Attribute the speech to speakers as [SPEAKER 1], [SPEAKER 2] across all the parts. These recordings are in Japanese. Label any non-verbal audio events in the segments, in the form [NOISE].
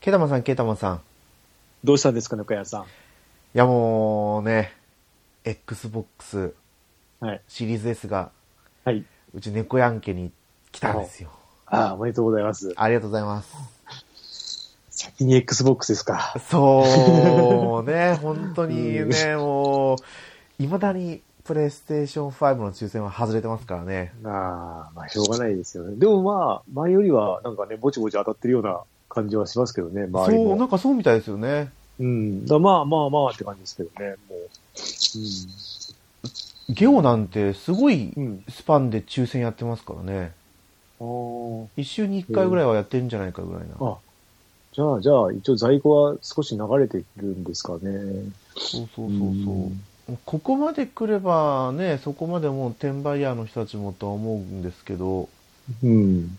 [SPEAKER 1] ケータマンさん、ケータマンさん。い
[SPEAKER 2] どうしたんですかね、小屋さ
[SPEAKER 1] やもうね、Xbox
[SPEAKER 2] ん。はい。
[SPEAKER 1] シリーズ S が、
[SPEAKER 2] はい。
[SPEAKER 1] うち猫やんけに来たんですよ。
[SPEAKER 2] ああ、おめでとうございます。
[SPEAKER 1] ありがとうございます。
[SPEAKER 2] 先に Xbox です [LAUGHS] か。
[SPEAKER 1] そうね、 [LAUGHS] 本当にね、もう、未だにプレイステーション5の抽選は外れてますからね。
[SPEAKER 2] ああ、まあ、しょうがないですよね。でもまあ、前よりは、なんかね、ぼちぼち当たってるような感じはしますけどね、周りも。
[SPEAKER 1] そう、なんかそうみたいですよね。
[SPEAKER 2] うん。だまあまあまあって感じですけどね、もう。
[SPEAKER 1] ゲオなんてすごい
[SPEAKER 2] うん。うん。
[SPEAKER 1] スパンで抽選やってますからね。
[SPEAKER 2] あー
[SPEAKER 1] 一週に一回ぐらいはやってるんじゃないかぐらいな。
[SPEAKER 2] あじゃあ、じゃあ、一応在庫は少し流れてるんですかね。
[SPEAKER 1] そうそうそうそ
[SPEAKER 2] うん
[SPEAKER 1] う。ここまで来ればね、そこまでもう転売ヤーの人たちもとは思うんですけど、
[SPEAKER 2] うん。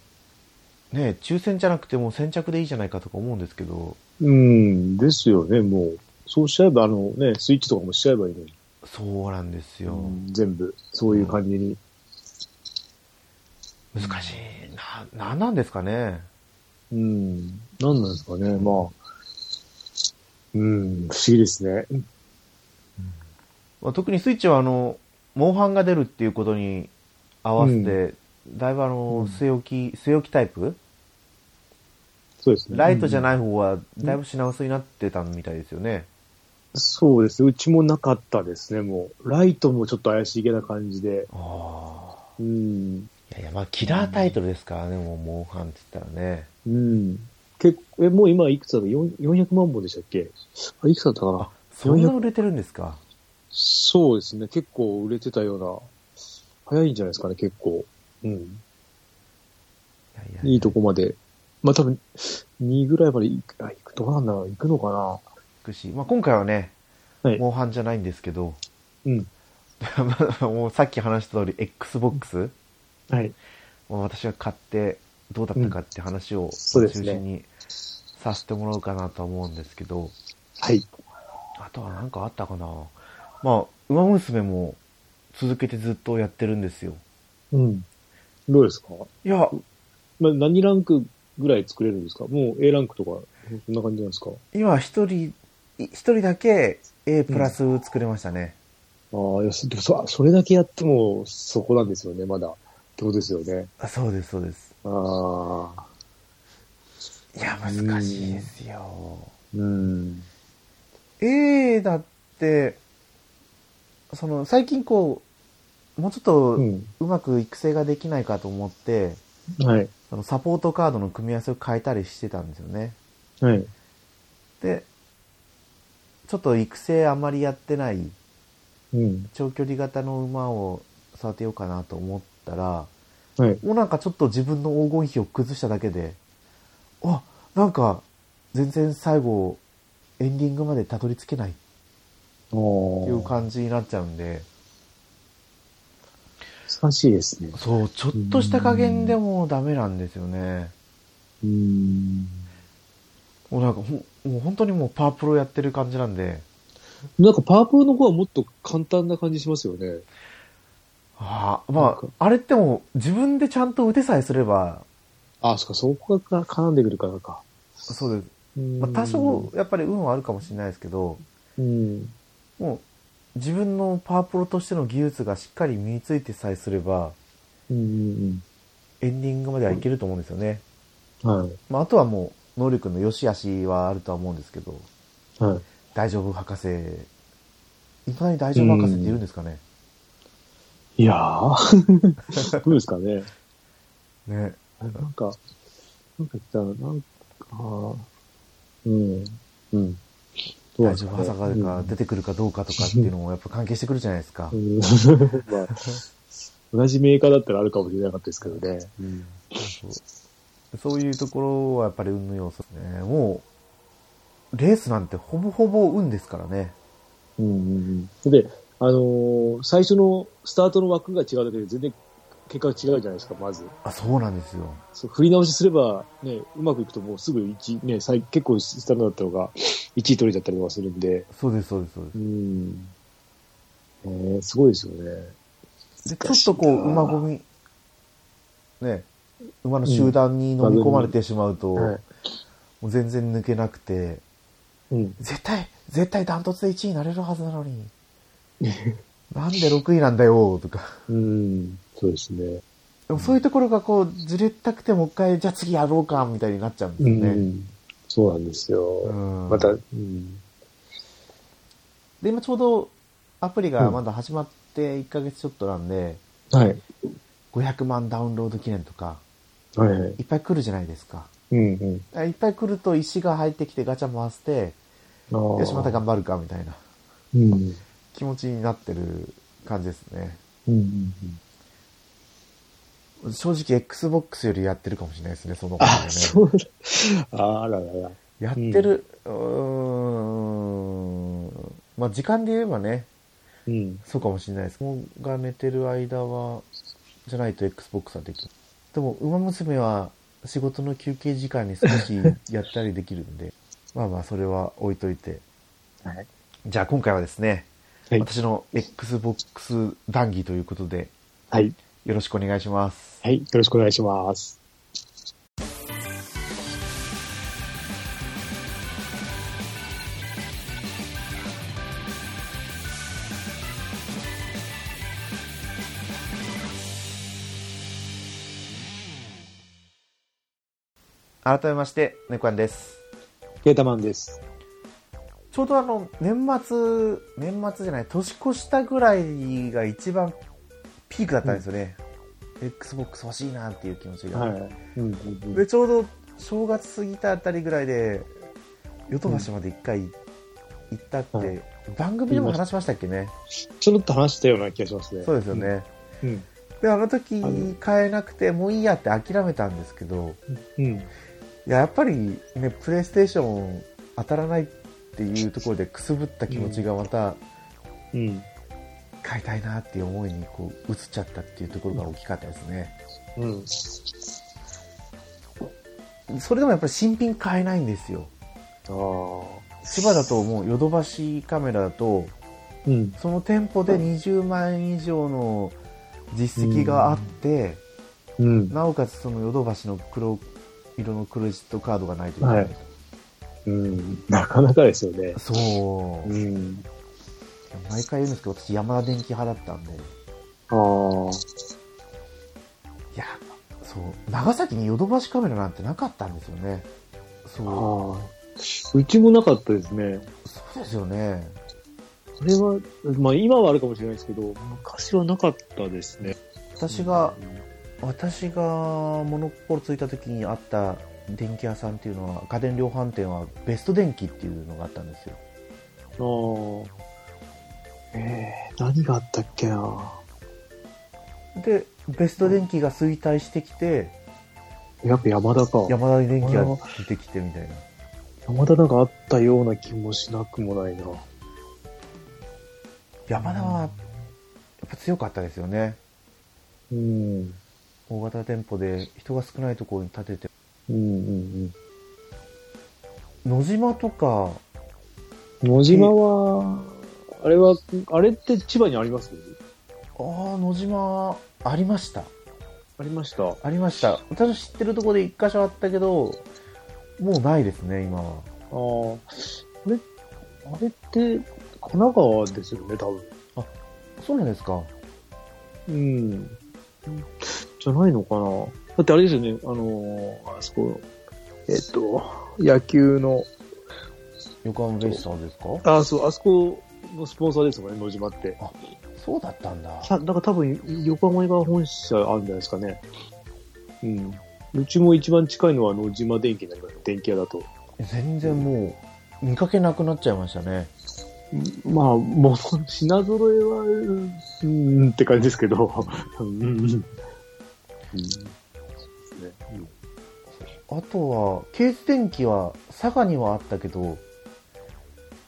[SPEAKER 1] ね、抽選じゃなくてもう先着でいいじゃないかとか思うんですけど、
[SPEAKER 2] うん。ですよね、もう。そうしちゃえば、あのね、スイッチとかもしちゃえばいいのに。
[SPEAKER 1] そうなんですよ。
[SPEAKER 2] うん全部、そういう感じに。
[SPEAKER 1] 難しい。な、なんなんですかね。
[SPEAKER 2] うん。何なんですかね、まあ。うん、不思議ですね。
[SPEAKER 1] まあ、特にスイッチはあの、モンハンが出るっていうことに合わせて、だいぶあ
[SPEAKER 2] う
[SPEAKER 1] の
[SPEAKER 2] ん、
[SPEAKER 1] 据え置き、据え置きタイプ
[SPEAKER 2] そうですね。
[SPEAKER 1] ライトじゃ
[SPEAKER 2] い。
[SPEAKER 1] ない方は、だいぶ品薄になってたみたいですよね。
[SPEAKER 2] そうですね。うちもなかったですね、もう。ライトもちょっと怪しげな感じで。
[SPEAKER 1] ああ。
[SPEAKER 2] うん。
[SPEAKER 1] いやいや、まあ、キラータイトルですからね、もう、モンハンって言ったらね。
[SPEAKER 2] うん。結構、え、もう今いくつだろう4 ?400 万本でしたっけあ、いくつだったかな
[SPEAKER 1] そんな売れてるんですか
[SPEAKER 2] そうですね。結構売れてたような。早いんじゃないですかね、結構。うん。
[SPEAKER 1] いやいや
[SPEAKER 2] いいとこまで。まあ多分、2ぐらいまで行く、あ、行く、どうなんだろう、行くのかな。
[SPEAKER 1] くし、まあ、今回はね、
[SPEAKER 2] はい
[SPEAKER 1] モンハンじゃないんですけど、 [LAUGHS]
[SPEAKER 2] うん。
[SPEAKER 1] まあもうさっき話した通り、Xbox
[SPEAKER 2] はい。
[SPEAKER 1] を私が買って、どうだったかって話を
[SPEAKER 2] そう
[SPEAKER 1] 中
[SPEAKER 2] ですね
[SPEAKER 1] 心にさせてもらおうかなとは思うんですけど、
[SPEAKER 2] はい。
[SPEAKER 1] あとはなんかあったかなまあ、馬娘も続けてずっとやってるんですよ。
[SPEAKER 2] うん。どうですか
[SPEAKER 1] いや、
[SPEAKER 2] まあ、何ランクぐらい作れるんですかもう A ランクとか、そんな感じなんですか
[SPEAKER 1] 今一人、い一人だけ A プラス作れましたね。
[SPEAKER 2] ああ、いやそでもそ、それだけやってもそこなんですよね、まだ。ってことですよね。
[SPEAKER 1] あそうですそうです
[SPEAKER 2] ああ、
[SPEAKER 1] いや難しいですよ
[SPEAKER 2] うん。
[SPEAKER 1] A だってその最近こうもうちょっと
[SPEAKER 2] うん。
[SPEAKER 1] うまく育成ができないかと思って、
[SPEAKER 2] はい。
[SPEAKER 1] そのサポートカードの組み合わせを変えたりしてたんですよね
[SPEAKER 2] はい。
[SPEAKER 1] でちょっと育成あまりやってない
[SPEAKER 2] うん。
[SPEAKER 1] 長距離型の馬を育てようかなと思ったら
[SPEAKER 2] はい。
[SPEAKER 1] もうなんかちょっと自分の黄金比を崩しただけで、あ、なんか、全然最後、エンディングまでたどり着けないって
[SPEAKER 2] お
[SPEAKER 1] いう感じになっちゃうんで、
[SPEAKER 2] 難しいですね。
[SPEAKER 1] そう、ちょっとした加減でもうダメなんですよね。
[SPEAKER 2] うん。
[SPEAKER 1] もうなんかほん、もう本当にもうパープロやってる感じなんで、
[SPEAKER 2] なんかパープルの方はもっと簡単な感じしますよね。
[SPEAKER 1] ああ、
[SPEAKER 2] なん
[SPEAKER 1] ま
[SPEAKER 2] か
[SPEAKER 1] あ、あれってもう自分でちゃんと腕さえすれば、
[SPEAKER 2] ああ、そっか、そこが絡んでくるからか。
[SPEAKER 1] そうです。
[SPEAKER 2] うん
[SPEAKER 1] まあ、多少、やっぱり運はあるかもしれないですけど、
[SPEAKER 2] うん。
[SPEAKER 1] もう、自分のパワープロとしての技術がしっかり身についてさえすれば、
[SPEAKER 2] うんうん
[SPEAKER 1] エンディングまではいけると思うんですよね。
[SPEAKER 2] うん。はい。
[SPEAKER 1] まあ、あとはもう、能力の良し悪しはあるとは思うんですけど、
[SPEAKER 2] はい。
[SPEAKER 1] 大丈夫博士、いまだに大丈夫博士っているんですかね。
[SPEAKER 2] いやー、 [LAUGHS] どうですかね。
[SPEAKER 1] ね。
[SPEAKER 2] なんか、なんか言ったら、なんか、うん、うん。ど
[SPEAKER 1] 大丈夫博士が出
[SPEAKER 2] 出て
[SPEAKER 1] てくるかどうかとかっていうのもやっぱ関係してくるじゃないですか。
[SPEAKER 2] まあ、同じメーカーだったらあるかもしれなかったですけどね。うん。
[SPEAKER 1] そうそういうところはやっぱり運の要素ですね。もう、レースなんてほぼほぼ運ですからね。
[SPEAKER 2] うんうんうん。で、あのー最初のスタートの枠が違うだけで全然結果が違うじゃないですか、まず。
[SPEAKER 1] あ、そうなんですよ。
[SPEAKER 2] そう振り直しすれば、ね、うまくいくともうすぐ1、ね、最結構スタートだったのが1位取れちゃったりとかするんで。
[SPEAKER 1] そうです、そうです、そう
[SPEAKER 2] う
[SPEAKER 1] で
[SPEAKER 2] ん。えー、すごいですよね。
[SPEAKER 1] す。で、ちょっとこう、馬
[SPEAKER 2] み
[SPEAKER 1] 込み、ね、馬の集団に飲み込まれてしまうと、
[SPEAKER 2] はい、
[SPEAKER 1] もう全然抜けなくて、
[SPEAKER 2] うん。
[SPEAKER 1] 絶対、絶対ダントツで1位になれるはずなの [LAUGHS] に。なんで6位なんだよ、とか。
[SPEAKER 2] うん。そうですね。
[SPEAKER 1] でもそういうところがこう、ずれたくてもう一回、じゃあ次やろうか、みたいになっちゃうんです
[SPEAKER 2] う
[SPEAKER 1] よね。
[SPEAKER 2] ん。そうなんですよ。
[SPEAKER 1] うん
[SPEAKER 2] また、うん。
[SPEAKER 1] で、今ちょうどアプリがまだ始まって1ヶ月ちょっとなんで、
[SPEAKER 2] はい。
[SPEAKER 1] 500万ダウンロード記念とか、
[SPEAKER 2] はいはい。
[SPEAKER 1] いっぱい来るじゃないですか。
[SPEAKER 2] うんうん。
[SPEAKER 1] だからいっぱい来ると石が入ってきてガチャ回して、
[SPEAKER 2] あー
[SPEAKER 1] よし、また頑張るか、みたいな
[SPEAKER 2] うん。うん
[SPEAKER 1] 気持ちになってる感じですね。
[SPEAKER 2] うん
[SPEAKER 1] 正直 Xbox よりやってるかもしれないですね、その方が
[SPEAKER 2] あ
[SPEAKER 1] ね。
[SPEAKER 2] そうだ。あららら。
[SPEAKER 1] やってる、うーん。まあ、時間で言えばね、
[SPEAKER 2] うん。
[SPEAKER 1] そうかもしれないです。もうが寝てる間は、じゃないと Xbox はできない。でも、馬娘は仕事の休憩時間に少しやったりできるん
[SPEAKER 2] [LAUGHS]
[SPEAKER 1] で、まあまあ、それは置いといて。
[SPEAKER 2] はい。
[SPEAKER 1] じゃあ今回はですね、
[SPEAKER 2] はい
[SPEAKER 1] 私の Xbox 談義ということで、
[SPEAKER 2] はい。
[SPEAKER 1] よろしくお願いします。
[SPEAKER 2] はい。よろしくお願いします。
[SPEAKER 1] 改めまして、ネコアンです。
[SPEAKER 2] ゲータマンです。
[SPEAKER 1] ちょうどあの、年末、年末じゃない、年越したぐらいが一番ピークだったんですよね。Xbox 欲しいなっていう気持ちが。
[SPEAKER 2] はい。うんうんうん。
[SPEAKER 1] で、ちょうど正月過ぎたあたりぐらいで、ヨトバシまで一回行ったって、
[SPEAKER 2] は
[SPEAKER 1] 番組でも話しましたっけね。
[SPEAKER 2] ちょろっと話したような気がしますね。
[SPEAKER 1] そうですよね。
[SPEAKER 2] うん。
[SPEAKER 1] で、あの時
[SPEAKER 2] あの
[SPEAKER 1] 買えなくて、もういいやって諦めたんですけど、
[SPEAKER 2] うん。
[SPEAKER 1] いや、やっぱりね、プレイステーション当たらないっていうところでくすぶった気持ちがまた、
[SPEAKER 2] うん。
[SPEAKER 1] 買いたいなっていう思いにこう移っちゃったっていうところが大きかったですね。
[SPEAKER 2] うん。
[SPEAKER 1] それでもやっぱり新品買えないんですよ。
[SPEAKER 2] ああ。
[SPEAKER 1] 千葉だともうヨドバシカメラだと、
[SPEAKER 2] うん。
[SPEAKER 1] その店舗で20万円以上の実績があって、
[SPEAKER 2] うん。
[SPEAKER 1] なおかつそのヨドバシの黒色のクレジットカードがないといけない。
[SPEAKER 2] はいうん。なかなかですよね。
[SPEAKER 1] そう。
[SPEAKER 2] うん。
[SPEAKER 1] 毎回言うんですけど、私山田電機派だったんで、い
[SPEAKER 2] ああ。
[SPEAKER 1] や、そう、長崎にヨドバシカメラなんてなかったんですよね。そ
[SPEAKER 2] ああ。うちもなかったですね。
[SPEAKER 1] う、そうですよね。
[SPEAKER 2] これは、まあ今はあるかもしれないですけど、昔はなかったですね。
[SPEAKER 1] 私が、私が物心ついた時にあった電気屋さんっていうのは家電量販店はベスト電気っていうのがあったんですよ
[SPEAKER 2] うん。ああ。ええ何があったっけな
[SPEAKER 1] でベスト電気が衰退してきて
[SPEAKER 2] やっぱ山田か。
[SPEAKER 1] 山田電機が出てきてみたいな
[SPEAKER 2] 山田なんかあったような気もしなくもないな。
[SPEAKER 1] 山田はやっぱ強かったですよね
[SPEAKER 2] うん。
[SPEAKER 1] 大型店舗で人が少ないところに建てて
[SPEAKER 2] うんうん
[SPEAKER 1] 野島とか
[SPEAKER 2] うん。野島は、あれは、あれって千葉にあります
[SPEAKER 1] ああ野島ありました
[SPEAKER 2] ありました。あ
[SPEAKER 1] ありました私知ってるところで一箇所あったけどもうないですね今は
[SPEAKER 2] あ。あれ、あれって、神奈川ですよね、多分。
[SPEAKER 1] そうなんですか
[SPEAKER 2] うん。じゃないのかな。だってあれですよね、あのーあそこ、えっと、野球の、
[SPEAKER 1] 横浜ベイスターズですか
[SPEAKER 2] あ、そう、あそこのスポンサーですもんね、野島って。
[SPEAKER 1] そうだったんだ。
[SPEAKER 2] さ、なんか多分、横浜が本社あるんじゃないですかね。うん。うちも一番近いのは野島電機になります、電気屋だと。
[SPEAKER 1] 全然もう、見かけなくなっちゃいましたね。
[SPEAKER 2] まあ、もう、品揃えは、うんうん、って感じですけど。うん。うんうんですねうん
[SPEAKER 1] あとは、ケース電機は、佐賀にはあったけど、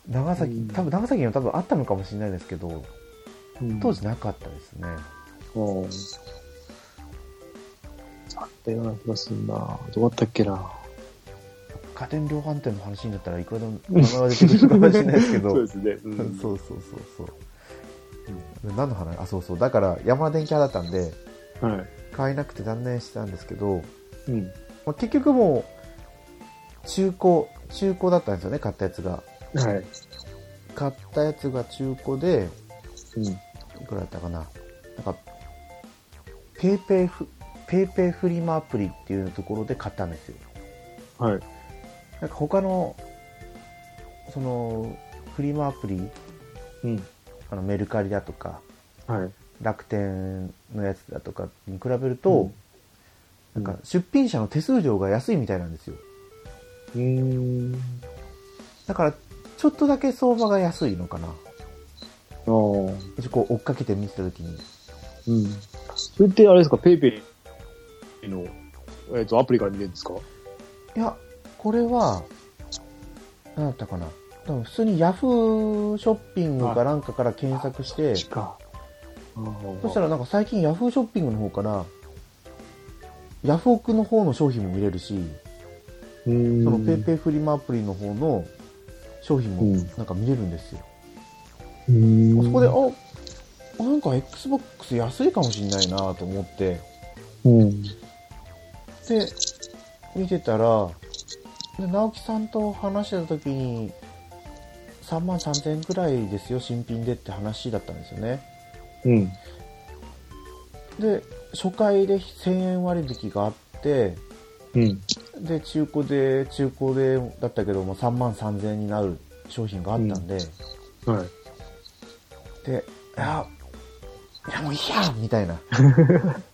[SPEAKER 1] 長
[SPEAKER 2] う
[SPEAKER 1] 崎
[SPEAKER 2] ん、
[SPEAKER 1] 多分長崎には多分あったのかもしれないですけど、
[SPEAKER 2] うん
[SPEAKER 1] 当時なかったですね。
[SPEAKER 2] うんあったような気がするな。どうだったっけな。
[SPEAKER 1] 家電量販店の話になったらいくらでも名前は出てくるかもしれないですけ [LAUGHS] ど、
[SPEAKER 2] そうですね。うん
[SPEAKER 1] そうそうそうそう。何の話あ、そうそう。だから、山田電機派だったんで、
[SPEAKER 2] はい。
[SPEAKER 1] 買えなくて断念してたんですけど、
[SPEAKER 2] うん。
[SPEAKER 1] まあ、結局も中古、中古だったんですよね、買ったやつが。
[SPEAKER 2] はい。
[SPEAKER 1] 買ったやつが中古で、
[SPEAKER 2] うん。
[SPEAKER 1] いくらだったかな。なんか、ペイペイフ、ペイペイフリマアプリっていうところで買ったんですよ。
[SPEAKER 2] はい。
[SPEAKER 1] なんか他の、その、フリマアプリ、
[SPEAKER 2] うん。
[SPEAKER 1] あのメルカリだとか、
[SPEAKER 2] はい。
[SPEAKER 1] 楽天のやつだとかに比べる
[SPEAKER 2] う
[SPEAKER 1] と
[SPEAKER 2] ん、
[SPEAKER 1] なんか出品者の手数料が安いみたいなんですよ。
[SPEAKER 2] うーん。
[SPEAKER 1] だから、ちょっとだけ相場が安いのかな。
[SPEAKER 2] ああ。う
[SPEAKER 1] 私こう追っかけて見てた時に。
[SPEAKER 2] ん。それってあれですか、ペイペイの、えっ、と、アプリから見れるんですか
[SPEAKER 1] いや、これは、何だったかな。多分普通に Yahoo ショッピングかなんかから検索して、
[SPEAKER 2] か。あ
[SPEAKER 1] そした
[SPEAKER 2] ら、
[SPEAKER 1] らなんか最近 Yahoo ショッピングの方から、ヤフオクの方の商品も見れるし、
[SPEAKER 2] うーん。
[SPEAKER 1] その PayPay フリマアプリの方の商品も
[SPEAKER 2] うん
[SPEAKER 1] なんか見れるんですよ。
[SPEAKER 2] うーん
[SPEAKER 1] そこで、あ、あなんか Xbox 安いかもしんないなと思って、
[SPEAKER 2] うん。
[SPEAKER 1] で、見てたら、で直樹さんと話してた時に、3万3000円くらいですよ、新品でって話だったんですよね。
[SPEAKER 2] うん。
[SPEAKER 1] で、初回で1000円割引があって、
[SPEAKER 2] うん。
[SPEAKER 1] で、中古で、中古でだったけども、3万3000円になる商品があったんで、
[SPEAKER 2] はい。
[SPEAKER 1] で、いや、いやもういいやみたいな。
[SPEAKER 2] あ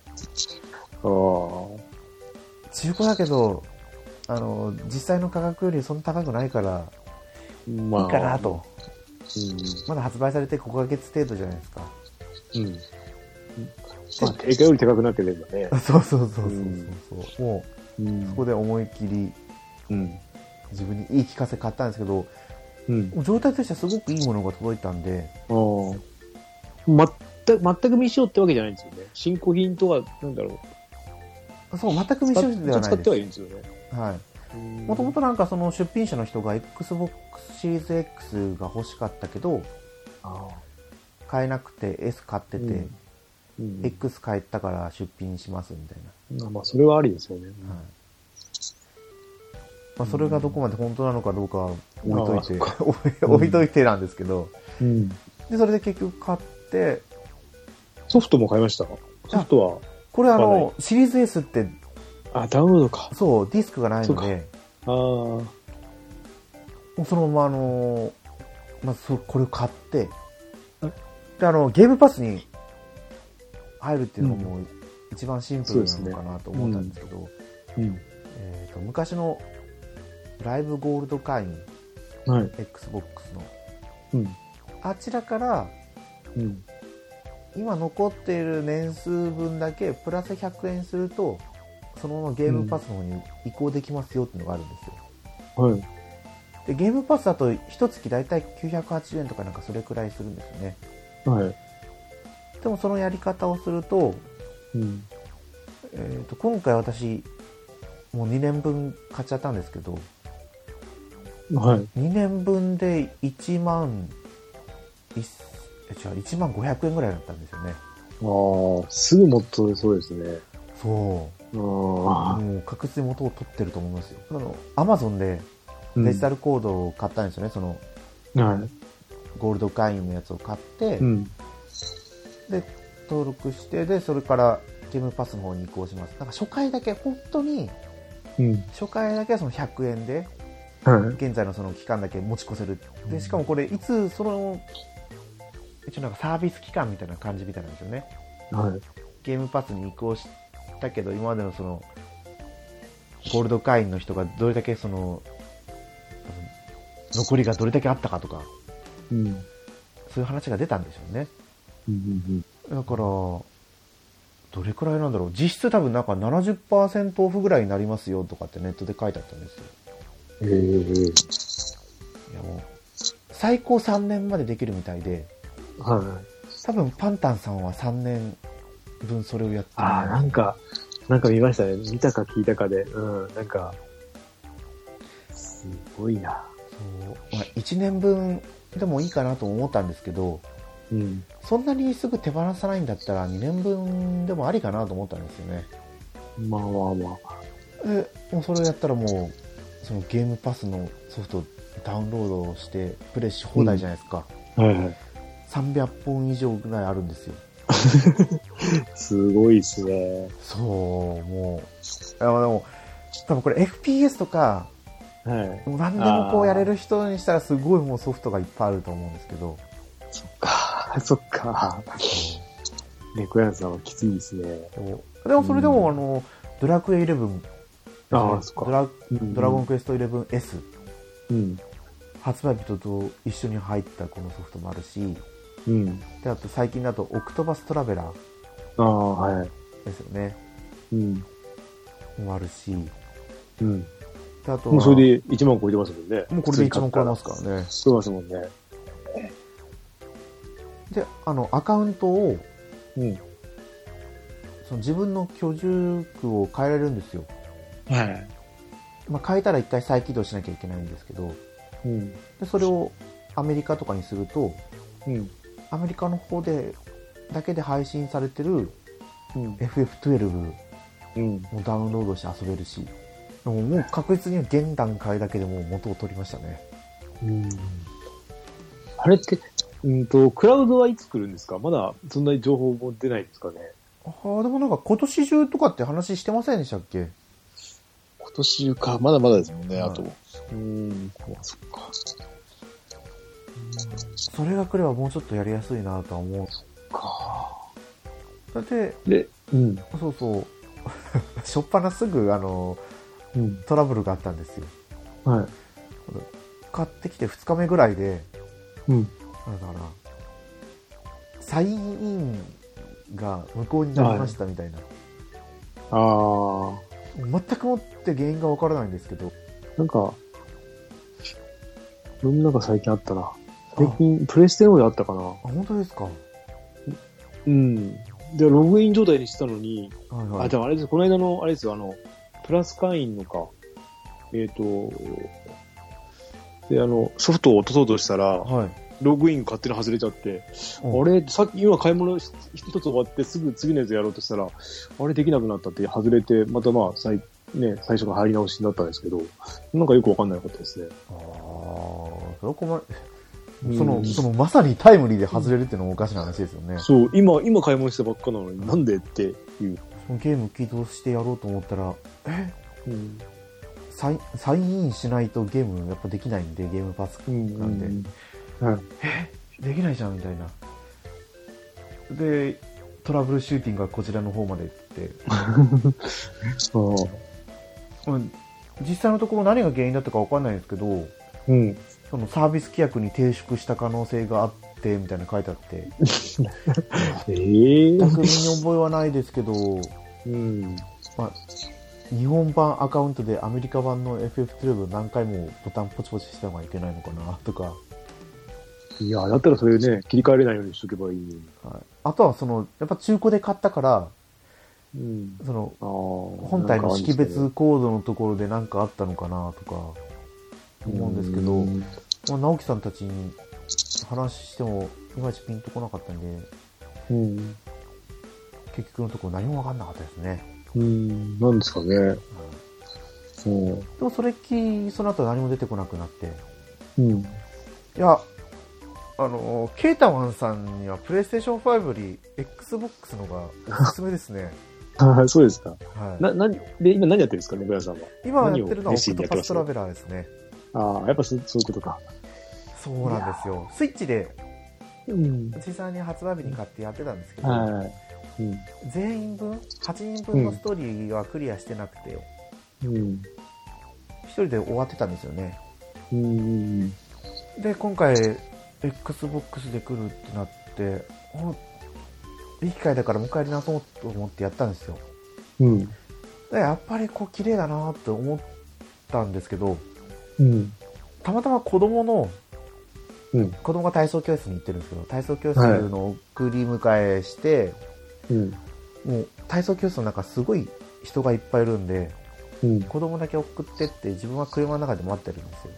[SPEAKER 2] あ。
[SPEAKER 1] 中古だけど、あの、実際の価格よりそんな高くないから、
[SPEAKER 2] まあ。
[SPEAKER 1] いいかな。と。
[SPEAKER 2] う
[SPEAKER 1] まだ発売されて5ヶ月程度じゃないですか。
[SPEAKER 2] ん。うん。まあ、定価より高くなければね。
[SPEAKER 1] そうそうそうそうそうそう。も
[SPEAKER 2] うん
[SPEAKER 1] う、そこで思い切り、
[SPEAKER 2] うん。
[SPEAKER 1] 自分に言い聞かせ買ったんですけど、
[SPEAKER 2] うん。
[SPEAKER 1] 状態としてはすごくいいものが届いたんで、
[SPEAKER 2] ああ。まったく、全く未使用ってわけじゃないんですよね。新古品とか、なんだろう。
[SPEAKER 1] そう、全く未使用ではな
[SPEAKER 2] 使
[SPEAKER 1] い
[SPEAKER 2] ってはい
[SPEAKER 1] で
[SPEAKER 2] るんですよね。
[SPEAKER 1] す。はい。もともとなんかその出品者の人が Xbox シリーズ X が欲しかったけど、
[SPEAKER 2] ああ。
[SPEAKER 1] 買えなくて S 買ってて、
[SPEAKER 2] うんうん。
[SPEAKER 1] X 買ったから出品しますみたい
[SPEAKER 2] まあまあ、それはありですよね。
[SPEAKER 1] な。はい。まあそれがどこまで本当なのかどうかは置いといて、
[SPEAKER 2] あう
[SPEAKER 1] [LAUGHS]
[SPEAKER 2] ん
[SPEAKER 1] 置いといてなんですけど、
[SPEAKER 2] うん。
[SPEAKER 1] で、それで結局買って、
[SPEAKER 2] ソフトも買いましたソフト
[SPEAKER 1] これあ
[SPEAKER 2] 買わ
[SPEAKER 1] の、シリーズ S って、
[SPEAKER 2] は、あ、ダウンロードか。
[SPEAKER 1] そう、ディスクがないの
[SPEAKER 2] そうか
[SPEAKER 1] で、
[SPEAKER 2] ああ。
[SPEAKER 1] もうそのままあの、まずそうこれを買って、で、あの、ゲームパスに入るっていうのがもう一番シンプルなのかなと思ったんですけど、
[SPEAKER 2] うん。
[SPEAKER 1] えーと昔のライブゴールド会員、
[SPEAKER 2] はい。
[SPEAKER 1] Xbox の、
[SPEAKER 2] うん。
[SPEAKER 1] あちらから
[SPEAKER 2] うん。
[SPEAKER 1] 今残っている年数分だけプラス100円すると、そのままゲームパスの方に移行できますよっていうのがあるんですよ。
[SPEAKER 2] はい。
[SPEAKER 1] でゲームパスだと1月だいたい980円とかなんかそれくらいするんですよね
[SPEAKER 2] はい。
[SPEAKER 1] でもそのやり方をすると,、
[SPEAKER 2] うん。
[SPEAKER 1] えー、と今回私もう2年分買っちゃったんですけど
[SPEAKER 2] はい。
[SPEAKER 1] 2年分で1万1違う1万500円ぐらいだったんですよね
[SPEAKER 2] ああ、すぐもっとそうですね。
[SPEAKER 1] そう
[SPEAKER 2] ああ。
[SPEAKER 1] もう確実に元を取ってると思いますよあのアマゾンでデジタ
[SPEAKER 2] ル。
[SPEAKER 1] ルコードを買ったんですよね、その
[SPEAKER 2] は
[SPEAKER 1] ゴールド会員のやつを買って、
[SPEAKER 2] い。うん。
[SPEAKER 1] で登録してでそれからゲームパスの方に移行しますなんか初回だけ本当に
[SPEAKER 2] うん。
[SPEAKER 1] 初回だけはその100円で
[SPEAKER 2] はい。
[SPEAKER 1] 現在のその期間だけ持ち越せる
[SPEAKER 2] う
[SPEAKER 1] で
[SPEAKER 2] ん
[SPEAKER 1] しかもこれいつその一応なんかサービス期間みたいな感じみたいなんですよね
[SPEAKER 2] はい。
[SPEAKER 1] ゲームパスに移行したけど今までのそのゴールド会員の人がどれだけその残りがどれだけあったかとか
[SPEAKER 2] うん。
[SPEAKER 1] そういう話が出たんでしょうね
[SPEAKER 2] うん。うん。
[SPEAKER 1] だから、どれくらいなんだろう。実質多分なんか70%オフぐらいになりますよとかってネットで書いてあったんですよ。
[SPEAKER 2] ええ。
[SPEAKER 1] いやもう、最高3年までできるみたいで、
[SPEAKER 2] はい。
[SPEAKER 1] 多分パンタンさんは3年分それをやってる
[SPEAKER 2] ああ、なんか、なんか見ましたね。見たか聞いたかで。うん、なんか、すごいな。
[SPEAKER 1] そう、まあ、1年分でもいいかなと思ったんですけど、
[SPEAKER 2] うん。
[SPEAKER 1] そんなにすぐ手放さないんだったら2年分でもありかなと思ったんですよね。
[SPEAKER 2] まあまあまあ。
[SPEAKER 1] で、もうそれをやったらもう、そのゲームパスのソフトをダウンロードしてプレイし放題じゃないですか、
[SPEAKER 2] はいはい。
[SPEAKER 1] 300本以上ぐらいあるんですよ
[SPEAKER 2] すごいですね。
[SPEAKER 1] そうもうあでも多分これ FPS とか
[SPEAKER 2] はい。
[SPEAKER 1] もう何でもこうやれる人にしたらすごいもうソフトがいっぱいあると思うんですけど
[SPEAKER 2] そっか、そっか。猫屋さんはきついですね。
[SPEAKER 1] でもでもそれでも、
[SPEAKER 2] うん
[SPEAKER 1] あのドラクエ11
[SPEAKER 2] ああ、そっ
[SPEAKER 1] ド
[SPEAKER 2] か。
[SPEAKER 1] ラドラゴン
[SPEAKER 2] ン。
[SPEAKER 1] クエスト 11S
[SPEAKER 2] うん。
[SPEAKER 1] 発売日と一緒に入ったこのソフトもあるし
[SPEAKER 2] うん。
[SPEAKER 1] であと最近だとオクトバストラベラー
[SPEAKER 2] ああ、はい。
[SPEAKER 1] ですよね
[SPEAKER 2] うん。
[SPEAKER 1] もあるし
[SPEAKER 2] うん。
[SPEAKER 1] であとは
[SPEAKER 2] もうそれで1万超えてますもんね。
[SPEAKER 1] もうこれで一番超えますからね
[SPEAKER 2] そうですもんね。
[SPEAKER 1] であのアカウントを
[SPEAKER 2] うん。
[SPEAKER 1] その自分の居住区を変えられるんですよ、
[SPEAKER 2] はい。
[SPEAKER 1] まあ、変えたら一回再起動しなきゃいけないんですけど
[SPEAKER 2] うん。
[SPEAKER 1] でそれをアメリカとかにすると
[SPEAKER 2] うん。
[SPEAKER 1] アメリカの方でだけで配信されてる
[SPEAKER 2] うん。
[SPEAKER 1] FF12
[SPEAKER 2] うん。
[SPEAKER 1] もダウンロードして遊べるしでももう確実に現段階だけでもう元を取りましたね
[SPEAKER 2] うんあれって、うんと、クラウドはいつ来るんですかまだそんなに情報も出ないですかね
[SPEAKER 1] ああでもなんか今年中とかって話してませんでしたっけ
[SPEAKER 2] 今年か、まだまだですもんね
[SPEAKER 1] はいあと
[SPEAKER 2] うん、そっか。
[SPEAKER 1] それが来ればもうちょっとやりやすいなとは思う
[SPEAKER 2] か。
[SPEAKER 1] だって
[SPEAKER 2] で、うん、
[SPEAKER 1] そうそう [LAUGHS] 初っ端すぐあの
[SPEAKER 2] うん、
[SPEAKER 1] トラブルがあったんですよ
[SPEAKER 2] は
[SPEAKER 1] 買ってきて2日目ぐらいで
[SPEAKER 2] い。うん。
[SPEAKER 1] あれだからサインインが無効になりましたみたいな、
[SPEAKER 2] ああ、
[SPEAKER 1] 全くもって原因がわからないんですけど
[SPEAKER 2] なんか、そんな中最近あったな。最近、プレステの方であったかな。
[SPEAKER 1] あ本当ですかは
[SPEAKER 2] うん。で、ログイン状態にしてたのに、
[SPEAKER 1] い
[SPEAKER 2] あ、
[SPEAKER 1] はい
[SPEAKER 2] じゃああれです、この間の、あれですよ、あの、プラス会員のか、えっ、と、で、あの、ソフトを落とそうとしたら、
[SPEAKER 1] はい
[SPEAKER 2] ログイン勝手に外れちゃって、
[SPEAKER 1] うん
[SPEAKER 2] あれ、さっき、今買い物一つ終わって、すぐ次のやつやろうとしたら、あれできなくなったって外れて、またまあ、最、ね、最初の入り直しになったんですけど、なんかよくわかんないことですね。
[SPEAKER 1] ああ、それは困る。その、
[SPEAKER 2] うん
[SPEAKER 1] その、まさにタイムリーで外れるっていうのもおかしな話ですよね。
[SPEAKER 2] そう、今、今買い物したばっかなのに、なんでっていう。
[SPEAKER 1] そのゲーム起動してやろうと思ったら、え
[SPEAKER 2] うん。
[SPEAKER 1] サインサインインしないとゲームやっぱできないんで、ゲームパス
[SPEAKER 2] うん。
[SPEAKER 1] なんでできないじゃんみたいな。で、トラブルシューティングがこちらの方まで行って、
[SPEAKER 2] そう。
[SPEAKER 1] うん実際のところ何が原因だったかわかんないんですけど、
[SPEAKER 2] うん。
[SPEAKER 1] そのサービス規約に抵触した可能性があって、みたいなの書いてあって、
[SPEAKER 2] ええ
[SPEAKER 1] 全く身に覚えはないですけど、
[SPEAKER 2] うん。
[SPEAKER 1] 日本版アカウントでアメリカ版の FF12 を何回もボタンポチポチした方がいけないのかなとか、
[SPEAKER 2] いや、だったらそれね、切り替えれないようにしとけばいいのに。
[SPEAKER 1] はい、あとはそのやっぱ中古で買ったから
[SPEAKER 2] うん。
[SPEAKER 1] その
[SPEAKER 2] ああ。本
[SPEAKER 1] 本体の識別コードのところで何かあったのかなとか思うんですけど、まあ、直樹さんたちに話してもいまいちピンとこなかったんで
[SPEAKER 2] うん。
[SPEAKER 1] 結局のところ何も分かんなかったですね、
[SPEAKER 2] うん。なんですかね。そう。
[SPEAKER 1] でもそれっきりその後何も出てこなくなって
[SPEAKER 2] うん。
[SPEAKER 1] いや、あの、ケータワンさんにはプレイステーション5より Xbox のがおすすめです
[SPEAKER 2] [LAUGHS]
[SPEAKER 1] ね。
[SPEAKER 2] ああ、そうですか。
[SPEAKER 1] は
[SPEAKER 2] な、な、で、今何やってるんですかね、ブラさんは。
[SPEAKER 1] い、今やってるのはオ
[SPEAKER 2] 何を熱
[SPEAKER 1] ク
[SPEAKER 2] 心に
[SPEAKER 1] ト
[SPEAKER 2] やって
[SPEAKER 1] パ
[SPEAKER 2] ま
[SPEAKER 1] ス
[SPEAKER 2] す
[SPEAKER 1] トラベラーですね。
[SPEAKER 2] ああ、やっぱそそういうことか。
[SPEAKER 1] そうなんですよ。スイッチで
[SPEAKER 2] うん。
[SPEAKER 1] 実際に発売日に買ってやってたんですけど、
[SPEAKER 2] はい。うん。
[SPEAKER 1] 全員分、8人分のストーリーはクリアしてなくて、
[SPEAKER 2] うん。
[SPEAKER 1] 一人で終わってたんですよね。
[SPEAKER 2] うん。
[SPEAKER 1] で、今回、Xbox で来るってなって、おいい機会だからもう一回やり直そうと思ってやったんですよ。
[SPEAKER 2] うん。
[SPEAKER 1] でやっぱりこう綺麗だなって思ったんですけど
[SPEAKER 2] うん。
[SPEAKER 1] たまたま子供の
[SPEAKER 2] うん
[SPEAKER 1] 子供が体操教室に行ってるんですけど体操教室の送り迎えして、
[SPEAKER 2] うん。
[SPEAKER 1] もう体操教室の中すごい人がいっぱいいるんで
[SPEAKER 2] うん。
[SPEAKER 1] 子供だけ送ってって自分は車の中で待ってるんです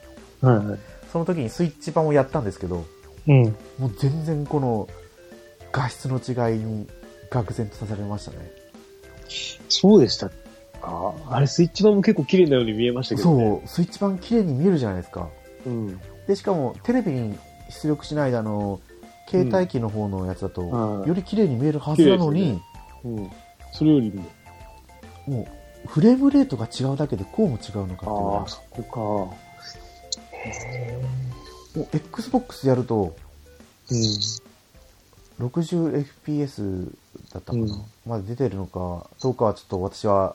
[SPEAKER 1] よ
[SPEAKER 2] はいはい。
[SPEAKER 1] その時にスイッチ版をやったんですけど
[SPEAKER 2] うん。
[SPEAKER 1] もう全然この画質の違いに愕然とさせられましたね
[SPEAKER 2] そうでしたっああれ、スイッチ版も結構綺麗なように見えましたけどね。
[SPEAKER 1] そう、スイッチ版綺麗に見えるじゃないですか。
[SPEAKER 2] そう。うん。
[SPEAKER 1] で、しかもテレビに出力しないで、あの、携帯機の方のやつだと、
[SPEAKER 2] はい
[SPEAKER 1] より綺麗に見えるはずなの
[SPEAKER 2] 綺麗
[SPEAKER 1] に、
[SPEAKER 2] でうん。それよりも、
[SPEAKER 1] もう、フレームレートが違うだけでこうも違うのか
[SPEAKER 2] ああ、
[SPEAKER 1] っ
[SPEAKER 2] そこか。
[SPEAKER 1] ていうのはもう Xbox でやると、
[SPEAKER 2] う
[SPEAKER 1] 60fps だったかな、
[SPEAKER 2] うん
[SPEAKER 1] まだ出てるのかどうかはちょっと私は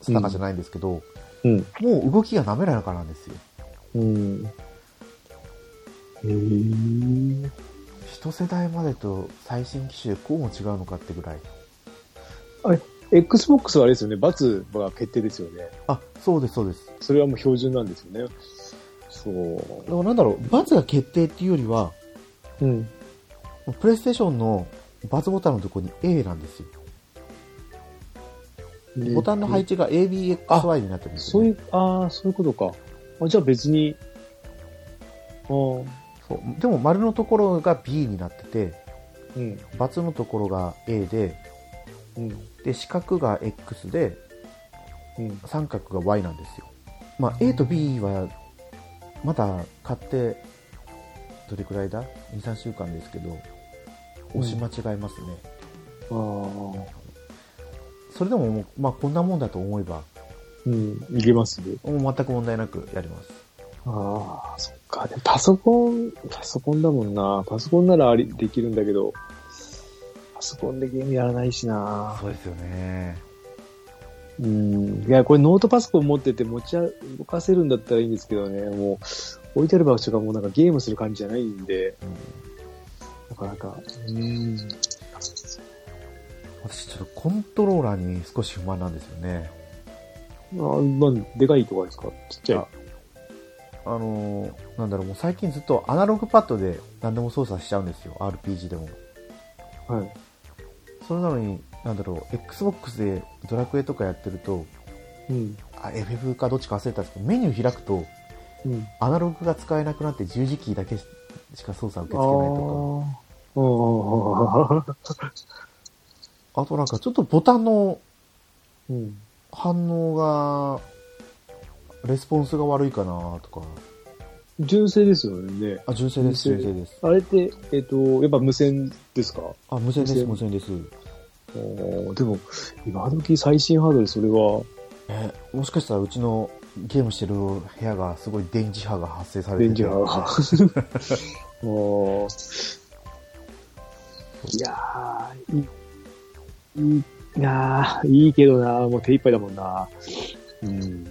[SPEAKER 1] 定かじゃないんですけど、
[SPEAKER 2] ん。
[SPEAKER 1] もう動きが滑らかなんですよ
[SPEAKER 2] うん。うん。へえ。
[SPEAKER 1] 一世代までと最新機種でこうも違うのかってぐらい
[SPEAKER 2] Xbox はあれですよね、×が決定ですよね。
[SPEAKER 1] あそうですそうです
[SPEAKER 2] それはもう標準なんですよね。そう
[SPEAKER 1] だか。らなんだろう罰が決定っていうよりは
[SPEAKER 2] うん。
[SPEAKER 1] プレイステーションの罰ボタンのとこに A なんですよボタンの配置が ABXY になってるんです
[SPEAKER 2] そ
[SPEAKER 1] よ、
[SPEAKER 2] うい
[SPEAKER 1] ね、
[SPEAKER 2] う、ああ、そういうことか。あじゃあ別に、ああ、
[SPEAKER 1] そうでも丸のところが B になってて
[SPEAKER 2] うん、
[SPEAKER 1] ×のところが A で
[SPEAKER 2] うん、
[SPEAKER 1] で四角が X で
[SPEAKER 2] うん。
[SPEAKER 1] 三角が Y なんですよ。まあ、A と B はまだ買ってどれくらいだ ?2、3週間ですけど、押し間違えますね。
[SPEAKER 2] ああ、
[SPEAKER 1] それでももう、まあ、こんなもんだと思えば、
[SPEAKER 2] うん、いけますね。
[SPEAKER 1] もう全く問題なくやります。
[SPEAKER 2] ああ、そっか。でもパソコン、パソコンだもんな。パソコンならあり、できるんだけど、パソコンでゲームやらないしな。
[SPEAKER 1] うですよね。
[SPEAKER 2] うん。いや、これノートパソコン持ってて持ちあ、動かせるんだったらいいんですけどね、もう、置いてある場所がもうなんかゲームする感じじゃないんで、なかなか、うん。
[SPEAKER 1] 私、ちょっとコントローラーに少し不満なんですよね。
[SPEAKER 2] あなんでかいとかですかちっちゃい
[SPEAKER 1] あ。あのーなんだろう、もう最近ずっとアナログパッドで何でも操作しちゃうんですよ。RPG でも。
[SPEAKER 2] はい。
[SPEAKER 1] それなのに、なんだろう、Xbox でドラクエとかやってると、
[SPEAKER 2] うん。
[SPEAKER 1] あ、FF かどっちか忘れたんですけど、メニュー開くと、
[SPEAKER 2] うん。
[SPEAKER 1] アナログが使えなくなって十字キーだけしか操作受け
[SPEAKER 2] あ
[SPEAKER 1] 付けないと
[SPEAKER 2] あ。ああ。
[SPEAKER 1] か、あとなんかちょっとボタンの
[SPEAKER 2] うん。
[SPEAKER 1] 反応が、レスポンスが悪いかなとか、
[SPEAKER 2] 純正ですよね。
[SPEAKER 1] あ、純正です、純
[SPEAKER 2] 純
[SPEAKER 1] 正
[SPEAKER 2] 正
[SPEAKER 1] です。
[SPEAKER 2] あれって、えっ、と、やっぱ無線ですか
[SPEAKER 1] あ、無線です、無
[SPEAKER 2] 無
[SPEAKER 1] 線です。
[SPEAKER 2] おーでも、今時最新ハードでそれは
[SPEAKER 1] え、もしかしたらうちのゲームしてる部屋がすごい電磁波が発生されてて
[SPEAKER 2] 電磁波が。 [LAUGHS] おーいやー、いい、いいなーいいけどなーもう手一杯だもんなうん。
[SPEAKER 1] いやー、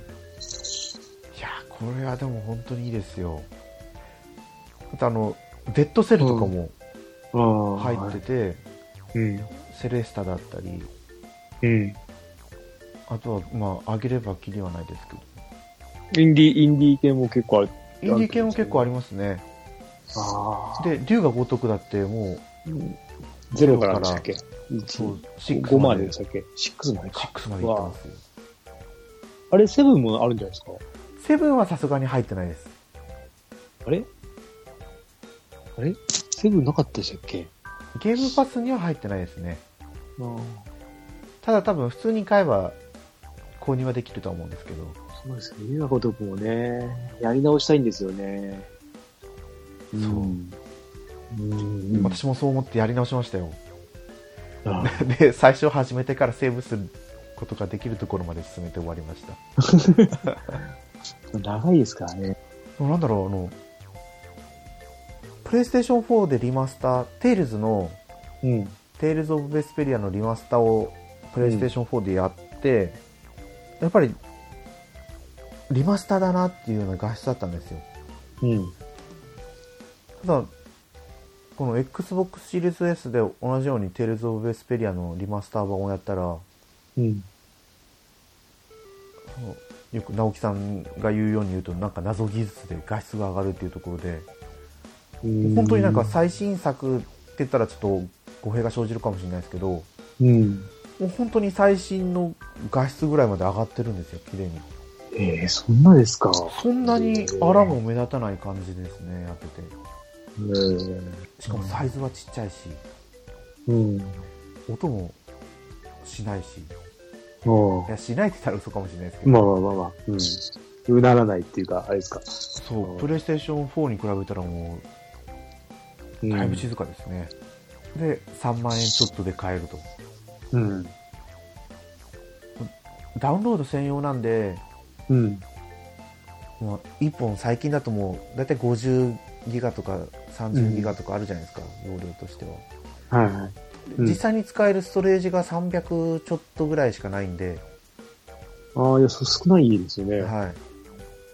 [SPEAKER 1] これはでも本当にいいですよ。あとあの、デッドセルとかも
[SPEAKER 2] ああ。
[SPEAKER 1] 入ってて、
[SPEAKER 2] て。うん。
[SPEAKER 1] セレスタだったり、
[SPEAKER 2] うん。
[SPEAKER 1] あとは、まあ、上げればきりはないですけど。
[SPEAKER 2] インディ、インディー系も結構ある。
[SPEAKER 1] インディー系も結構ありますね。
[SPEAKER 2] ああ。
[SPEAKER 1] で、竜が如くだっても
[SPEAKER 2] ゼロからでしたっけ
[SPEAKER 1] う、そう、
[SPEAKER 2] 5
[SPEAKER 1] 6
[SPEAKER 2] ま
[SPEAKER 1] ま
[SPEAKER 2] で
[SPEAKER 1] で
[SPEAKER 2] でし、たっけ ?6 までか。
[SPEAKER 1] 6までいってますよ。
[SPEAKER 2] あれ、7もあるんじゃないですか
[SPEAKER 1] セブンはさすがに入ってないです。
[SPEAKER 2] あれあれ ?7 なかったでしたっけ
[SPEAKER 1] ゲームパスには入ってないですね。
[SPEAKER 2] ああ。
[SPEAKER 1] ただ多分普通に買えば購入はできるとは思うんですけど。
[SPEAKER 2] そうですよね。今こともね、やり直したいんですよね。。
[SPEAKER 1] そうん
[SPEAKER 2] うん。
[SPEAKER 1] 私もそう思ってやり直しましたよ。 [LAUGHS]
[SPEAKER 2] ああ
[SPEAKER 1] で、最初始めてからセーブすることができるところまで進めて終わりました。
[SPEAKER 2] 長いですからね。
[SPEAKER 1] なんだろう、あの、プレイステーション4でリマスター、テイルズの
[SPEAKER 2] うん。
[SPEAKER 1] テイルズ・オブ・ベスペリアのリマスターをプレイステーション4でやって、やっぱりリマスターだなっていうような画質だったんですよ。
[SPEAKER 2] うん。
[SPEAKER 1] ただ、この Xbox シリーズ S で同じようにテイルズ・オブ・ベスペリアのリマスター版をやったら、
[SPEAKER 2] うん。
[SPEAKER 1] そのよく直樹さんが言うように言うとなんか謎技術で画質が上がるっていうところで、本当になんか、最新作って言ったらちょっと語弊が生じるかもしれないですけど、も
[SPEAKER 2] うん。
[SPEAKER 1] う本当に最新の画質ぐらいまで上がってるんですよ、綺麗に。
[SPEAKER 2] ええそんなですか。
[SPEAKER 1] そんなにアラも目立たない感じですね、やってて。
[SPEAKER 2] うん。
[SPEAKER 1] しかもサイズはちっちゃいし、
[SPEAKER 2] うん。
[SPEAKER 1] 音もしないし、
[SPEAKER 2] お
[SPEAKER 1] いや、しないって言ったら嘘かもしれないですけど。
[SPEAKER 2] まあまあまあまあ。うん。うならないっていうか、あれですか。
[SPEAKER 1] そう、プレイステーション4に比べたらもう、
[SPEAKER 2] うん
[SPEAKER 1] だいぶ静かですね。で、3万円ちょっとで買えると。
[SPEAKER 2] うん。
[SPEAKER 1] ダウンロード専用なんで、
[SPEAKER 2] うん。
[SPEAKER 1] まあ、1本最近だともう、だいたい50ギガとか30ギガとかあるじゃないですか、容量としては。
[SPEAKER 2] はいはい。うん
[SPEAKER 1] 実際に使えるストレージが300ちょっとぐらいしかないんで、
[SPEAKER 2] ああ、いや、そう少ないですよね。
[SPEAKER 1] は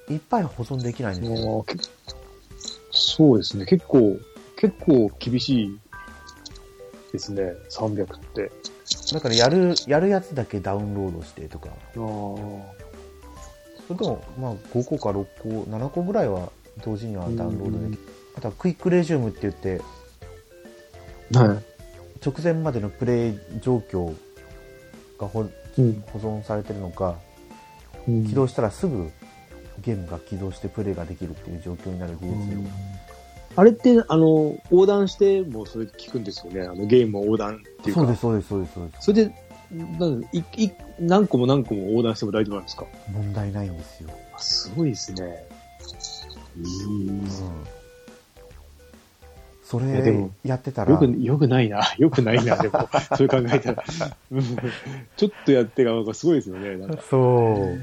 [SPEAKER 1] い。いっぱい保存できないん
[SPEAKER 2] あ
[SPEAKER 1] ですよ。
[SPEAKER 2] ーけそうですね。結構、結構厳しいですね。300って。
[SPEAKER 1] だからやる、やるやつだけダウンロードしてとか。
[SPEAKER 2] ああ。
[SPEAKER 1] それでも、まあ、5個か6個、7個ぐらいは同時にはダウンロードできる。あとはクイックレジュームって言って、
[SPEAKER 2] は
[SPEAKER 1] 直前までのプレイ状況が保
[SPEAKER 2] い。うん。
[SPEAKER 1] 保存されてるのか、
[SPEAKER 2] うん
[SPEAKER 1] 起動したらすぐゲームが起動してプレイができるっていう状況になる技術を。
[SPEAKER 2] あれって、あの、横断してもそれ聞くんですよね。あのゲームを横断っていうか。
[SPEAKER 1] そうです、そうです、そうです、そうです。
[SPEAKER 2] それで、なんいい何個も何個も横断しても大丈夫なんですか
[SPEAKER 1] 問題ないんですよ。
[SPEAKER 2] あすごいですね。
[SPEAKER 1] うん。そ
[SPEAKER 2] いやで
[SPEAKER 1] れ
[SPEAKER 2] も、
[SPEAKER 1] やってたら、
[SPEAKER 2] よく、よくないな。 [LAUGHS] よくないな、で [LAUGHS] も。それ考えたら。うんちょっとやってが、なんかすごいですよね。 [LAUGHS] なんか
[SPEAKER 1] そう。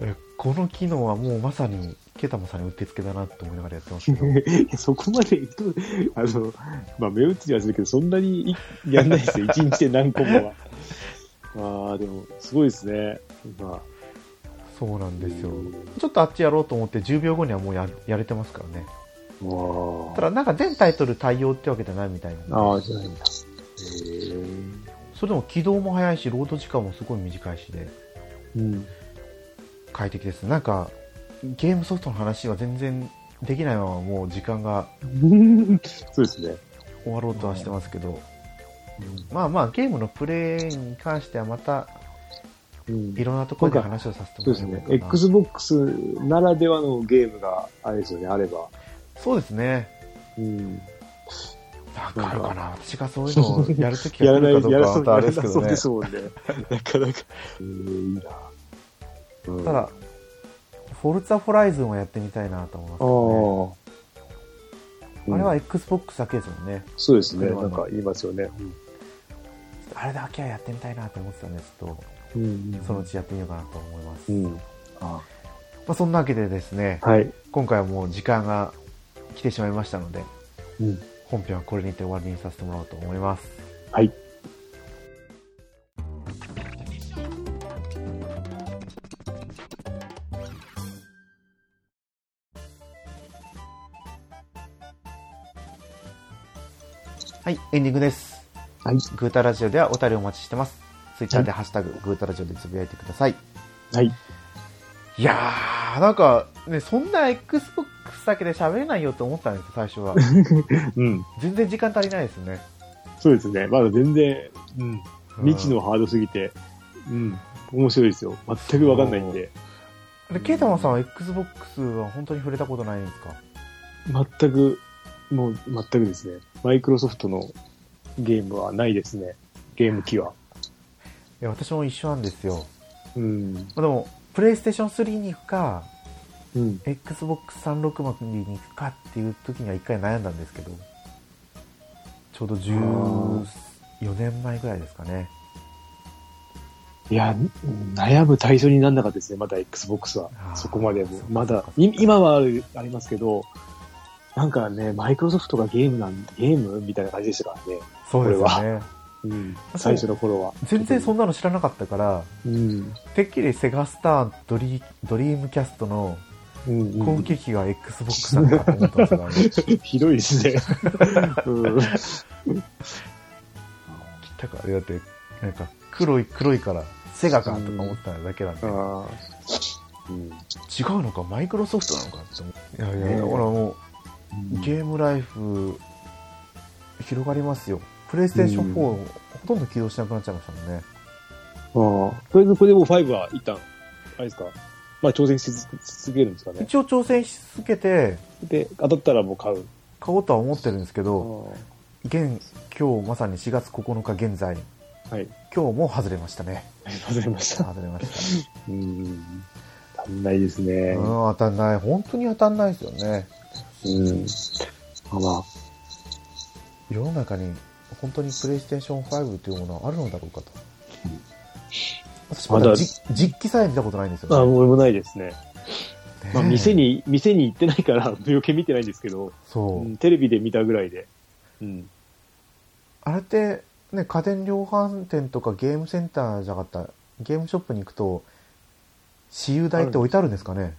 [SPEAKER 1] えこの機能はもうまさに、ケタマさんにうってつけだなって思いながらやってますけど。
[SPEAKER 2] そこまでいく、あの、まあ、目移りはするけど、そんなにいやんない [LAUGHS] ですよ。一日で何個もは。ああ、でも、すごいですね。まあ、
[SPEAKER 1] そうなんですよ。ちょっとあっちやろうと思って10秒後にはもうややれてますからね。
[SPEAKER 2] ま
[SPEAKER 1] ただなんか全タイトル対応ってわけじゃないみたいなんで。
[SPEAKER 2] ああ、じゃないんだ。
[SPEAKER 1] それでも起動も早いし、ロード時間もすごい短いしで、
[SPEAKER 2] うん。
[SPEAKER 1] 快適です。なんか、ゲームソフトの話は全然できないままもう時間が
[SPEAKER 2] そうですね。
[SPEAKER 1] 終わろうとはしてますけど、まあまあゲームのプレイに関してはまた
[SPEAKER 2] うん
[SPEAKER 1] いろんなところで話をさせて
[SPEAKER 2] そう
[SPEAKER 1] もらえ
[SPEAKER 2] です
[SPEAKER 1] れば
[SPEAKER 2] ね
[SPEAKER 1] い。いかな。
[SPEAKER 2] Xbox ならではのゲームがあれですよね、あれば。
[SPEAKER 1] そうですね。
[SPEAKER 2] うん。
[SPEAKER 1] なんかあるかな。私がそういうのをやるとき
[SPEAKER 2] や
[SPEAKER 1] や
[SPEAKER 2] らな
[SPEAKER 1] る
[SPEAKER 2] い
[SPEAKER 1] かど、う
[SPEAKER 2] や
[SPEAKER 1] からは
[SPEAKER 2] そ
[SPEAKER 1] ま
[SPEAKER 2] う
[SPEAKER 1] たあれ
[SPEAKER 2] や
[SPEAKER 1] です
[SPEAKER 2] らな
[SPEAKER 1] け
[SPEAKER 2] そ
[SPEAKER 1] ど
[SPEAKER 2] う
[SPEAKER 1] ね
[SPEAKER 2] で。すもんね。なかなか。うん、いいな。うん
[SPEAKER 1] た
[SPEAKER 2] あ
[SPEAKER 1] だ、フォルツァホライズンはやってみたいなと思いますけ
[SPEAKER 2] あ
[SPEAKER 1] どね。
[SPEAKER 2] うん
[SPEAKER 1] あれは Xbox だけですもんね。
[SPEAKER 2] そうですね。
[SPEAKER 1] 車の
[SPEAKER 2] なんか言いますよね。
[SPEAKER 1] ちょっとあれだけはやってみたいなと思ってたんですけど、
[SPEAKER 2] うん
[SPEAKER 1] そのうちやってみようかなと思います。
[SPEAKER 2] う
[SPEAKER 1] ま
[SPEAKER 2] ん。あ
[SPEAKER 1] あそんなわけでですね、
[SPEAKER 2] はい。
[SPEAKER 1] 今回はもう時間が来てしまいましたので、
[SPEAKER 2] うん。
[SPEAKER 1] 本編はこれにて終わりにさせてもらおうと思います。
[SPEAKER 2] はい。
[SPEAKER 1] はい、エンディングです。
[SPEAKER 2] はい。
[SPEAKER 1] グータラジオではお便りお待ちしてます。ツイッターでハッシュタグ、グータラジオでつぶやいてください。
[SPEAKER 2] はい。
[SPEAKER 1] いやー、なんかね、そんな Xbox だけで喋れないよと思ったんですよ、最初
[SPEAKER 2] [LAUGHS]
[SPEAKER 1] は。
[SPEAKER 2] うん。
[SPEAKER 1] 全然時間足りないですね。
[SPEAKER 2] そうですね。まだ全然、うん。未知の
[SPEAKER 1] うん。
[SPEAKER 2] ハードすぎて、うん。面白いですよ。全くわかんないんで。
[SPEAKER 1] で、ケイタマンさんは Xbox は本当に触れたことないんですか
[SPEAKER 2] 全く、もう全くですね。マイクロソフトのゲームはないですね。ゲーム機は。
[SPEAKER 1] いや、私も一緒なんですよ。
[SPEAKER 2] うん。
[SPEAKER 1] まあ、でも、プレイステーション3に行くか、
[SPEAKER 2] うん。
[SPEAKER 1] Xbox360 に行くかっていう時には一回悩んだんですけど、ちょうど14年前ぐらいですかね。
[SPEAKER 2] いや、うん悩む対象にならなかったですね。まだ Xbox は
[SPEAKER 1] あ。ー
[SPEAKER 2] そこまで
[SPEAKER 1] そ
[SPEAKER 2] も
[SPEAKER 1] っか。
[SPEAKER 2] ま
[SPEAKER 1] そっ
[SPEAKER 2] だ
[SPEAKER 1] か、
[SPEAKER 2] い今はあるありますけど、なんかね、マイクロソフトがゲームなんゲームみたいな感じでしたからね。
[SPEAKER 1] そうですよね。
[SPEAKER 2] うん。
[SPEAKER 1] そう
[SPEAKER 2] 最初の頃は。
[SPEAKER 1] 全然そんなの知らなかったから、
[SPEAKER 2] うん。
[SPEAKER 1] てっきりセガスターンドリドリームキャストの
[SPEAKER 2] うん、う
[SPEAKER 1] 後
[SPEAKER 2] ん。
[SPEAKER 1] 継機が XBOX なんだと思ったんですが、ね、
[SPEAKER 2] ひどいです
[SPEAKER 1] [LAUGHS]
[SPEAKER 2] ね。うん。
[SPEAKER 1] 来たから、だって、なんか黒い黒いから、セガかとか思っただけなんで、違う
[SPEAKER 2] あーうん
[SPEAKER 1] のか、マイクロソフトなのかって思って。いやい
[SPEAKER 2] ねえ
[SPEAKER 1] や、だからも
[SPEAKER 2] う
[SPEAKER 1] う、
[SPEAKER 2] ん
[SPEAKER 1] ゲームライフ、広がりますよ。プレイステーション4、
[SPEAKER 2] う
[SPEAKER 1] ほとんど起動しなくなっちゃいましたもんね。
[SPEAKER 2] ああ。とりあえずこれでもう5は一旦、あれですかまあ挑戦し続けるんですかね。
[SPEAKER 1] 一応挑戦し続けて、
[SPEAKER 2] で、当たったらもう買う。
[SPEAKER 1] 買おうとは思ってるんですけ
[SPEAKER 2] あ
[SPEAKER 1] ど、現、今日まさに4月9日現在、
[SPEAKER 2] あはい。
[SPEAKER 1] 今日も外れましたね。
[SPEAKER 2] ありがとうございました。
[SPEAKER 1] 外れまし
[SPEAKER 2] うん。足んないです
[SPEAKER 1] た。
[SPEAKER 2] ね
[SPEAKER 1] う。ん、当たんない。本当に当たんないですよね。
[SPEAKER 2] うん。まあまあ、
[SPEAKER 1] 世の中に本当にプレイステーション5というものはあるのだろうかと。
[SPEAKER 2] うん
[SPEAKER 1] 私まだ
[SPEAKER 2] まだ
[SPEAKER 1] じ実機さえ見たことないんですよ、ね。
[SPEAKER 2] あ、俺もないですね。
[SPEAKER 1] ねえ
[SPEAKER 2] まあ、店。に、店に行ってないから、 [LAUGHS] 余計見てないんですけど、
[SPEAKER 1] そう。
[SPEAKER 2] うんテレビで見たぐらいで。うん。
[SPEAKER 1] あれって、ね、家電量販店とかゲームセンターじゃなかった、ゲームショップに行くと、私有台って置いてあるんですかね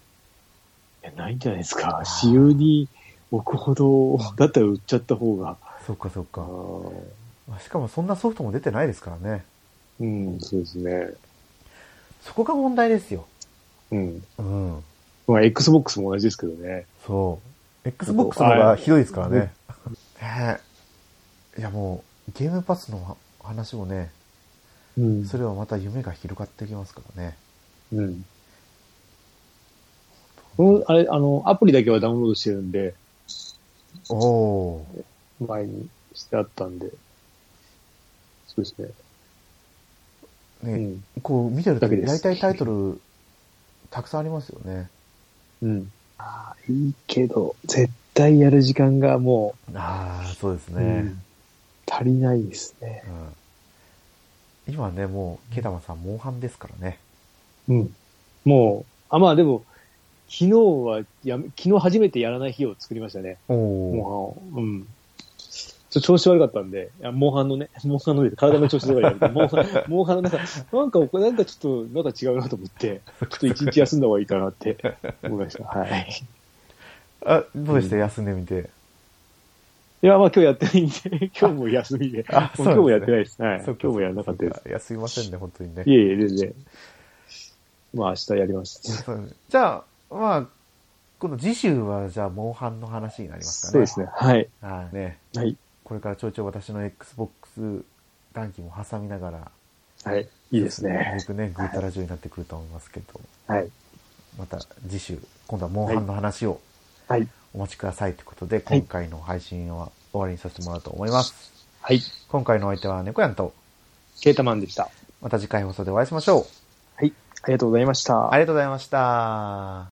[SPEAKER 2] いやないんじゃないですか。私有に置くほど、だったら売っちゃった方が。
[SPEAKER 1] そっかそっか。
[SPEAKER 2] ー
[SPEAKER 1] しかもそんなソフトも出てないですからね。
[SPEAKER 2] うん、そうですね。
[SPEAKER 1] そこが問題ですよ。
[SPEAKER 2] うん。
[SPEAKER 1] うん。
[SPEAKER 2] まあ、Xbox も同じですけどね。
[SPEAKER 1] そう。Xbox の方がひどいですからね。ねえいやもう、ゲームパスの話もね、
[SPEAKER 2] うん
[SPEAKER 1] それはまた夢が広がってきますからね。
[SPEAKER 2] うん。うん、あれ、あの、アプリだけはダウンロードしてるんで、
[SPEAKER 1] おおー
[SPEAKER 2] 前にしてあったんで。そうですね。う
[SPEAKER 1] ね、
[SPEAKER 2] ん。
[SPEAKER 1] こう見てると
[SPEAKER 2] だけです
[SPEAKER 1] やりたいタイトル、たくさんありますよね。
[SPEAKER 2] うん。ああ、いいけど、絶対やる時間がも
[SPEAKER 1] ああ、そうです
[SPEAKER 2] う、
[SPEAKER 1] ね。
[SPEAKER 2] うん足りないですね。
[SPEAKER 1] うん今ね、もう、ケダマさん、モンハンですからね。
[SPEAKER 2] うん。もう、あ、まあでも、昨日はやめ、昨日初めてやらない日を作りましたね。
[SPEAKER 1] お
[SPEAKER 2] モンハンを。うん。ちょ調子悪かったんで、いやモンハンのね、モンハンのね体の調子とかやめ [LAUGHS] て、モンハン、モンハンのなんか、なんか、なんかちょっと、なんか違うなと思って、ちょっと一日休んだ方がいいかなって思いました。はい。
[SPEAKER 1] あ、どうでした、
[SPEAKER 2] う
[SPEAKER 1] 休んでみて。
[SPEAKER 2] いや、まあ今日やってないん [LAUGHS] で、今日も休みで、
[SPEAKER 1] あ
[SPEAKER 2] もう今日もやってない
[SPEAKER 1] い。
[SPEAKER 2] です。はい。
[SPEAKER 1] そ
[SPEAKER 2] 今
[SPEAKER 1] っか
[SPEAKER 2] 日もやらなかったで
[SPEAKER 1] そ
[SPEAKER 2] す
[SPEAKER 1] っ。かいや、すいませんね、本当にね
[SPEAKER 2] い。えいえ、全然。まあ明日やります。
[SPEAKER 1] そうですじゃあ、まあ、今度次週は、じゃあ、モンハンの話になりますかね。
[SPEAKER 2] そうですね。はい。
[SPEAKER 1] はい。ね。
[SPEAKER 2] はい。
[SPEAKER 1] これからちょいちょい私の Xbox 談義も挟みながら、
[SPEAKER 2] はい。いいですね。
[SPEAKER 1] 僕ね、ぐうたらジョになってくると思いますけど、
[SPEAKER 2] はい。
[SPEAKER 1] また次週、今度はモンハンの話を、
[SPEAKER 2] はい。
[SPEAKER 1] お待ちくださいということで、
[SPEAKER 2] はい
[SPEAKER 1] 今回の配信は終わりにさせてもらおうと思います。
[SPEAKER 2] はい。
[SPEAKER 1] 今回のお相手は猫やんと、
[SPEAKER 2] ケータマンでした。
[SPEAKER 1] また次回放送でお会いしましょう。
[SPEAKER 2] はい。ありがとうございました。
[SPEAKER 1] ありがとうございました。